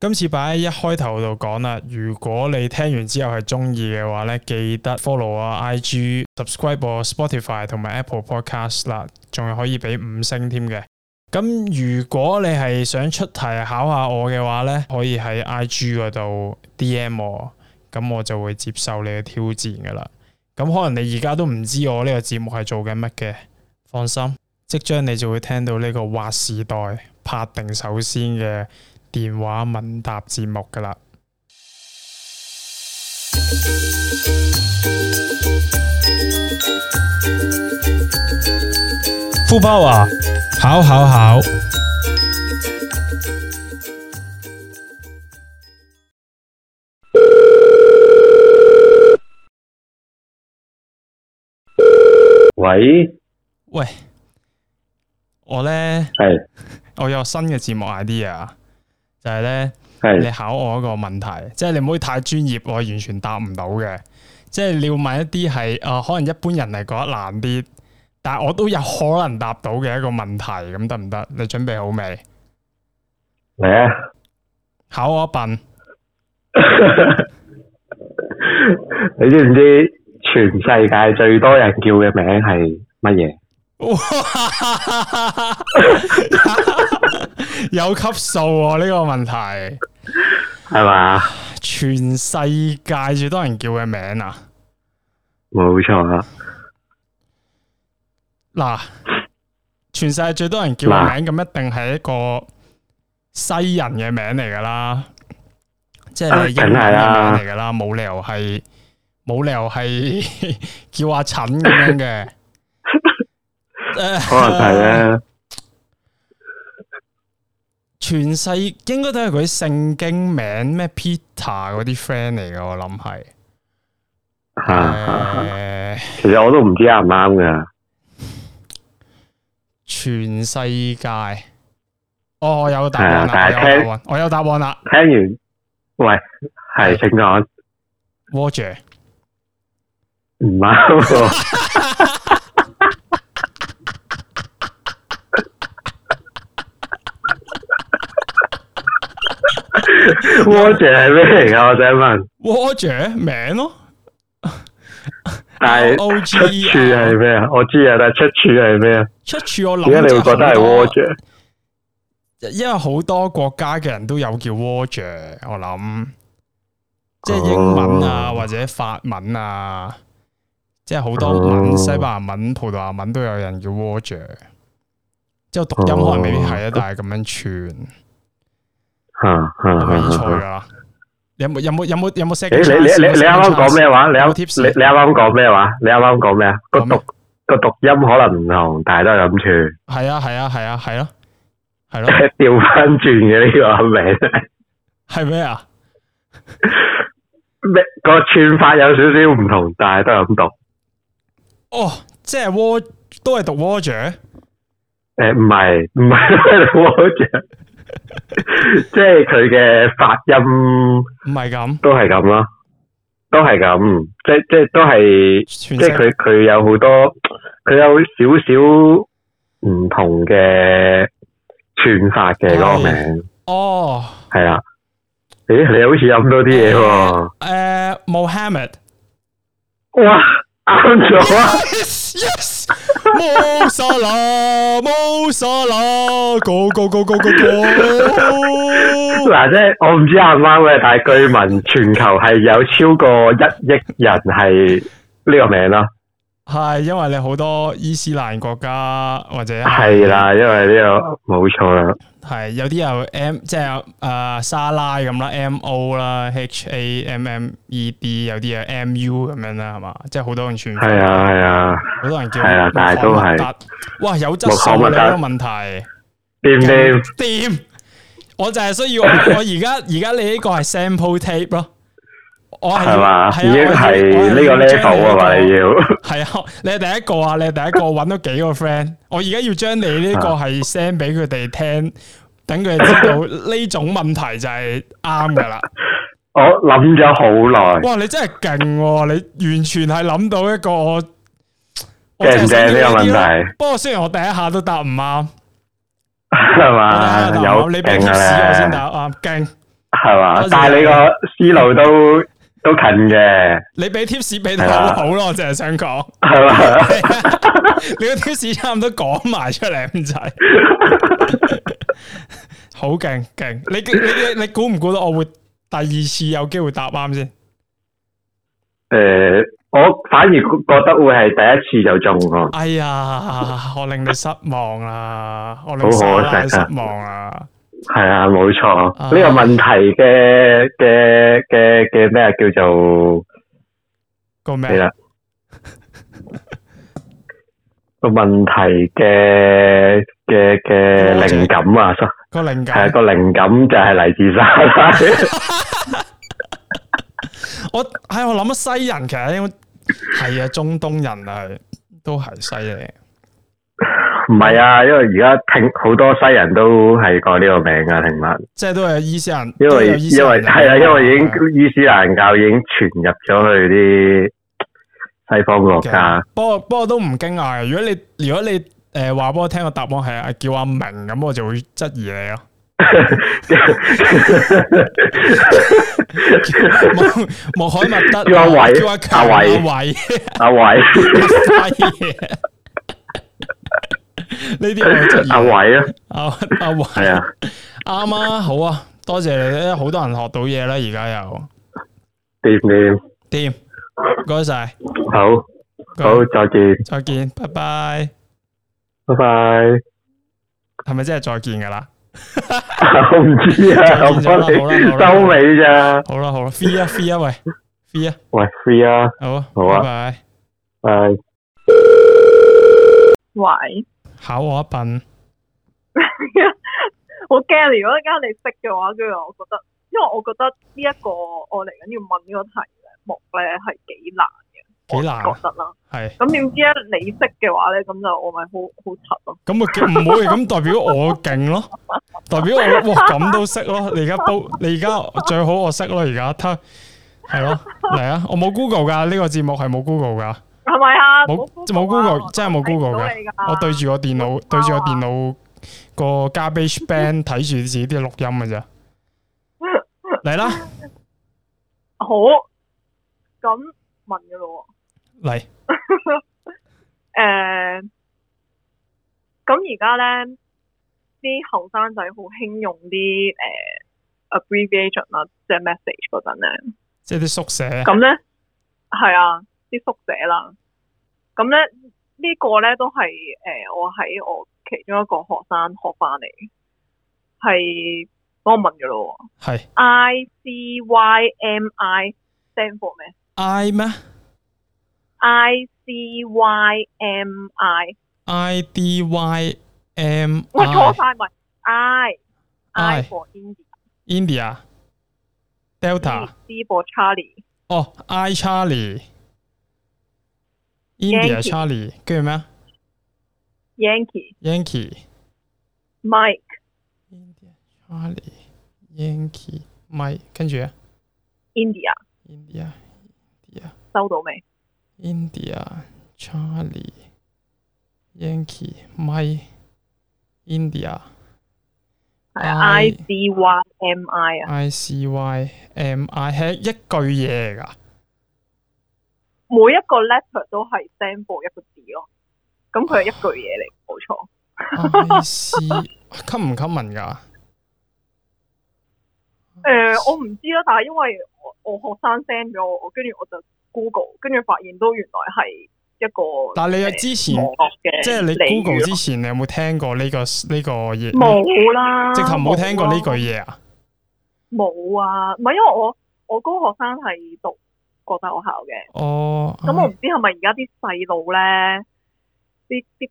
今次擺喺一開頭度講啦，如果你聽完之後係中意嘅話咧，記得 follow 我 IG、subscribe 我啊 Spotify 同埋 Apple Podcast 啦，仲可以俾五星添嘅。咁如果你係想出題考下我嘅話咧，可以喺 IG 嗰度 DM 我，咁我就會接受你嘅挑戰噶啦。咁可能你而家都唔知我呢個節目係做緊乜嘅，放心，即將你就會聽到呢個劃時代拍定首先嘅電話問答節目噶啦。富包啊，考考考！喂，喂，我呢，係我有新嘅節目 idea，就啊係呢。你係考我一個問題，即係你唔可以太專業，我完全答唔到嘅。即係你要問一啲係啊，呃可能一般人嚟講難啲，但係我都有可能答到嘅一個問題，咁得唔得？你準備好未？嚟啊！考我一笨，你知唔知全世界最多人叫嘅名係乜嘢？哇有級數喎、呢、個問題，係嘛？全世界最多人叫嘅名啊！冇錯啦，嗱，全世界最多人叫嘅名，咁一定係一個西人嘅名嚟噶啦，即係啊你英文嘅名嚟噶啦，冇理由係冇理由係 叫阿陳咁樣 嘅。可能 Dạ. 係誒咧。全世應該都係佢聖經名咩 Peter 嗰啲 friend 嚟嘅，我諗係。嚇、Dạ. 誒其實我都唔知啱唔啱㗎。全世界，哦，我有答案係啊但啦，係我有答聽案，我有答案啦聽完，喂，係請講， ，Roger。唔啱喎。Roger 係咩嚟㗎？我想問， Roger 名咯但係，O 出處 G 係咩啊？我知啊，但係出處係咩啊？出處我諗點解你就會覺得好係多 Roger？因為好多國家嘅人都有叫 Roger，我諗即係英文啊哦或者法文啊，即係好多文、哦西班牙文、葡萄牙文都有人叫 Roger，之後哦讀音可能未必係啊，但係咁樣嚇嚇串係咪嚇以嚇錯嚇㗎啦？啊有冇有冇有冇有冇 s e 啊誒你你你你啱啱講咩話？你有啱 tips 你你啱啱講咩話？你啱啱講咩啊？個講咩讀個讀音可能唔同，但係都係咁串。係啊係啊係啊係咯係咯調翻轉嘅呢個名，係咩啊？咩個串法有少少唔同，但係都係咁讀。哦，即係 War 都係讀 Roger，誒唔係唔係 Roger，即係佢嘅發音唔係咁，都係咁咯，都係咁，即即都係全即世係佢佢有好多，佢有少少唔同嘅串法嘅嗰個名，哦，係啦。咦，你好似飲多啲嘢喎！誒 Mohammed 哇，啱咗啊！ yes yes，冇沙啦冇沙啦，go go go go go go，嗱，即係我唔知啱唔啱嘅，但係據聞全球係有超過一億人係呢個名咯，係因為你好多伊斯蘭國家或者係，啦，因為呢個冇錯啦，係有啲又 M 即係誒沙拉咁啦，M O 啦，H A M M E D 有啲嘢 M U 咁樣啦，係嘛？即係好多人串法係啊，係啊，好多人叫係啊但係都係穆罕默德哇有質素穆罕嘅默德呢個問題， 掂唔掂？掂，我就係需 要我我而家而家你呢個係 sample tape 咯，我係係要嘛？係啊已經係我要呢個我要將 level 啊嘛，你你呢要個係啊， 你係第一個啊，你係第一個揾到幾個 friend，我而家要將你呢個係 send 俾佢哋聽，等佢哋知道呢種問題就係啱噶啦。我諗咗好耐，哇！你真係勁喎，你完全係諗到一個我我正唔真係正需要呢個問啲咯題不過雖然我第一下都答唔啱，係我第一下 嘛？答唔有啱，你俾勁 tips 我先啊答啱，勁系嘛多謝？但系你个思路都都近 嘅，你俾 tips 俾得好啊好咯，我净系想讲， 系嘛？你个 tips 差唔多讲埋出嚟咁滞，好劲劲！你你你你估唔估到我会第二次有机会答啱先？诶、我反而觉得会系第一次就中喎。哎呀，我令你失望啦，我令莎好可拉惜失啊望啦。系啊，冇错。啊呢、個个问题嘅嘅嘅嘅咩啊叫做个咩咩？ 啦？个问题嘅嘅嘅灵感啊，系个灵啊感，个灵感就系嚟自沙拉。我系我谂啊，西人其实應該系啊，中东人啊，都系犀利。唔系啊，因为而家听好多西人都系改呢个名啊，听聞。即系都系伊斯兰，因都为有伊斯因蘭为人系啊，因为已嘅经伊斯兰教已經傳入咗去啲西方國家，不過不過都唔驚訝嘅。如果你如果你诶话俾我聽個答案係啊叫阿明咁，我就會質疑你 咯。穆穆罕默德啊叫阿偉叫阿強阿阿偉偉，阿偉阿偉 呢啲我會質疑阿偉咯，阿阿係偉啊，啱啊，好啊，多謝你咧，好多人學到嘢啦，而家又掂掂，掂，唔該晒，好好，再見，再見，拜拜，拜拜。係咪真係再見㗎啦？我唔知啊，我再見咗幫啦你好啦好啦好收尾咋？啦好啦，free 啊 free 啊喂，free 啊，喂，free 啊，好啊，好啊拜拜。拜。喂，考我一笨，我驚你如果一間你識嘅話，跟住我覺得，因為我覺得呢、一個我嚟緊要問呢個題目咧係幾難嘅，幾難啊我覺得啦。係咁點知咧你識嘅話咧，咁就我咪好好柒咯。咁咪唔會咁代表我勁咯，代表我哇咁都識咯。你而家煲，你而家最好我識咯。而家睇係咯嚟啊！我冇 Google 噶，呢個節目係冇 Google 噶，係咪啊？冇冇 Google，真係冇 Google 噶噶。。我對住我電啊腦，對住我電腦個 garbage band 睇住自己啲錄音嘅咋。嚟啦，好，咁問嘅咯嚟喎。誒、呃咁而家咧啲後生仔好興用啲誒、abbreviation 呃啦，即係 message 嗰陣咧。即係啲宿舍 咁咧係啊，啲宿舍啦。咁咧呢、呢個咧都係誒、呃我喺我其中一個學生學翻嚟嘅，係幫我問嘅咯喎。係 I C Y M I stand for 咩 I 咩？I C Y M I， ？I D Y M 我錯 I 晒咪？I I I for India，C India Delta。 for Charlie，哦，I Charlie、India Yankee Charlie，跟住咩啊 Yankee ？Yankee、 Mike India Charlie、Yankee、咪跟住啊 India ，India、India、收到未？ India Charlie、Yankee、咪 India 係啊 I I C Y M I 啊， I C Y M I 係一句嘢嚟㗎，每一個 letter 都係 stand for 一個字咯。啊咁佢係一句嘢嚟，冇錯。 I C 吸唔吸文㗎？嗯誒、呃我唔知啦，但係因為我我學生 send 咗我，跟住我就 Google，跟住發現都原來係一個呃但係你又之前網絡嘅，即係你 Google 之前，你有冇聽過呢個呢個嘢？冇啦，直頭冇聽過呢句冇啦嘢啊？冇啊，唔係因為我我嗰個學生係讀國際學校嘅，哦，咁我唔知係咪而家啲細路咧，啲啲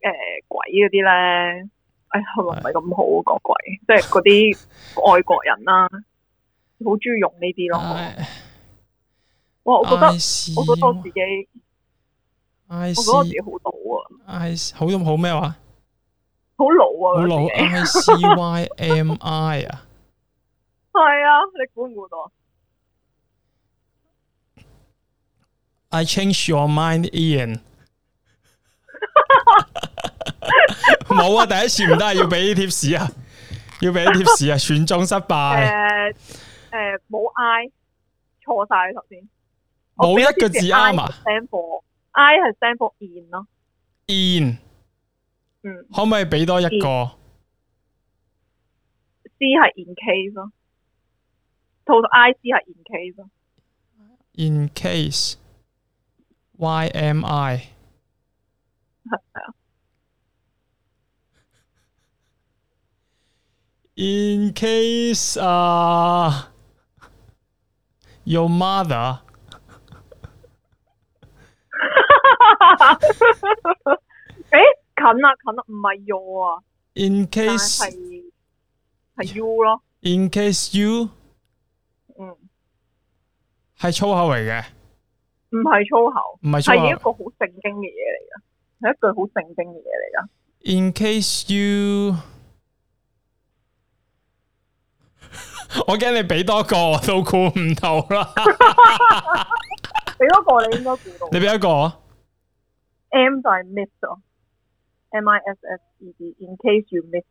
誒鬼嗰啲咧，哎呀，係咪唔係咁好講鬼，即係嗰啲外國人啦、好中意用呢啲咯。啊哇，我覺得我覺得我自己， I 我覺得我自 C 己好老啊， I C 好好咩話？好老啊，好老我自己 I C Y M I 啊係啊，你估唔估到啊？ ！I change your mind, Ian。冇啊！第一次唔得，要俾 tips 啊！要俾貼士啊， 全中失敗，诶诶冇 I 錯晒頭先，冇一個字啱啊。 ！stand for I 係 stand for in 咯， in 嗯可唔可以俾多一個？ ，C 係 in case 咯，套到 I C 係 in case 咯， in case why am I 係啊， in case 啊、your mother 诶近啦近啦，唔係 your 啊， in 但 case 係係 U 咯， in case you 嗯，係粗口嚟嘅，唔係粗口，唔係粗係一口。個好正經嘅嘢嚟㗎，係一句好正經嘅嘢嚟㗎。 in case you 我驚你俾多個我都估唔到 啦，你嗰個你應該估到你俾一個啊我，M 就係 miss 咯，M I S S E D，in case you miss。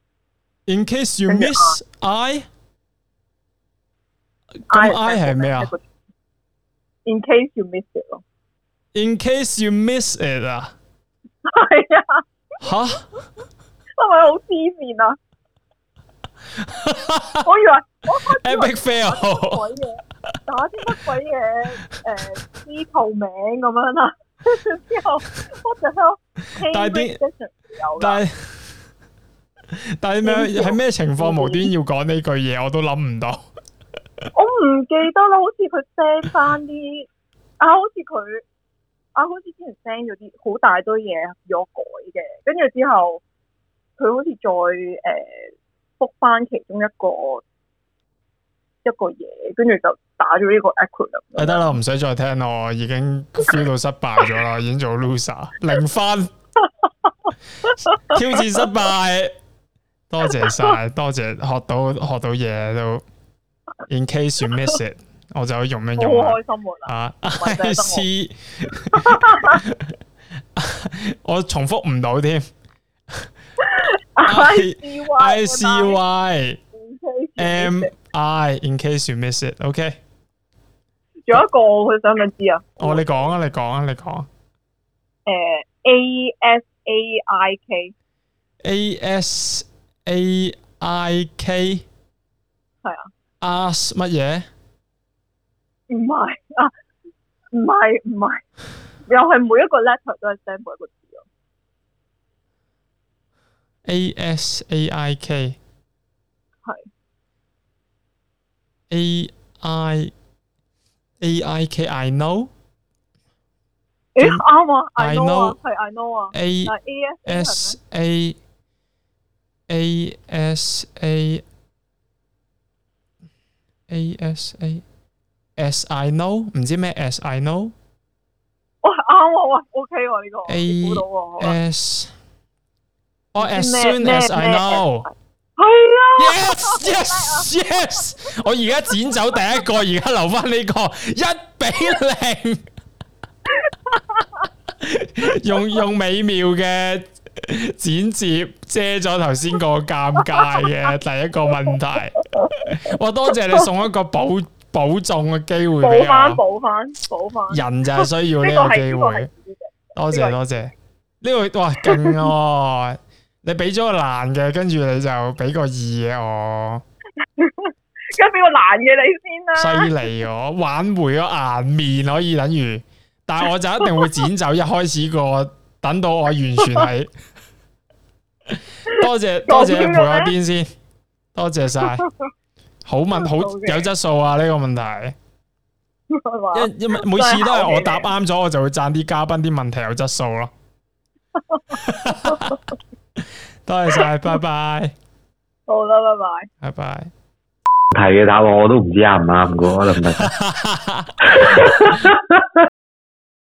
in case you 跟住 miss I 咁 I I 係咩啊？In case you miss it 咯， in case you miss it 啊係啊，吓？係咪好黐線 啊？我以為我開 Epic fail，鬼嘢，打啲乜鬼嘢誒知套名咁樣啦， 之後我就喺但係 Cambridge 啲 Dictionary 有啦，但系但系咩？喺咩情況無端要講呢句嘢，我都諗唔到。我唔記得啦，好似佢 send 翻啲啊，好似佢啊，好似之前 send 咗啲好大堆嘢要我改嘅，跟住之後佢好似再誒覆翻其中一個一個嘢，跟住就打咗呢個 acronym 誒得啦，唔使再聽啦，我已經 feel 到失敗咗啦，已經做 loser 零分，挑戰失敗。多謝晒，多謝學到學到嘢都。In case you miss it，我就用一用啦好開心喎嗱，啊係真係得我 I C，我重複唔到添。I 啊 I C Um， C Y。M M， I in case you miss it。OK，仲有一個佢想唔想知啊？我你講啊，你講啊，你講。誒 A S A I K A S A I K 係啊。 ask 乜嘢唔係啊，唔係唔係，又係每一個 letter 都係 stand for 一個字咯。 ？A S A I K 係 A I A I K I know 咦咁啱啊，I I know 啊 know，係 I know 啊， A 但係 A S S A A S A A S A S I know 唔知咩 S I know。哇啱啊，哇 OK 喎呢個， A- 你估到喎，好啊 as or as 咩 soon 咩 as I 咩 know。係啊 Yes yes yes！我而家剪走第一個，而家留翻呢個一比零，用用美妙嘅剪接遮咗頭先個尷尬嘅第一個問題。我多謝你送一個保保中嘅機會啊，俾我。補翻補翻補翻，人就係需要呢呢個個係機呢個會係。知多謝嘅多謝，呢個哇勁哦！你俾咗個難嘅，跟住你就俾個易嘅我，梗係俾個難犀嘅你先啦。利我挽回咗顏面可以等於，但系我就一定會剪走一開始個，等到我完全 係多謝多謝你陪我癲先，多謝晒，好 問好好嘅有質素啊呢、個問題。係嘛因因为每次都係我答啱咗，我就會讚啲嘉賓啲問題有質素 咯。多謝晒，拜拜，好啦，拜拜拜。拜。題嘅答案我都唔知啱唔啱嘅喎，得唔得？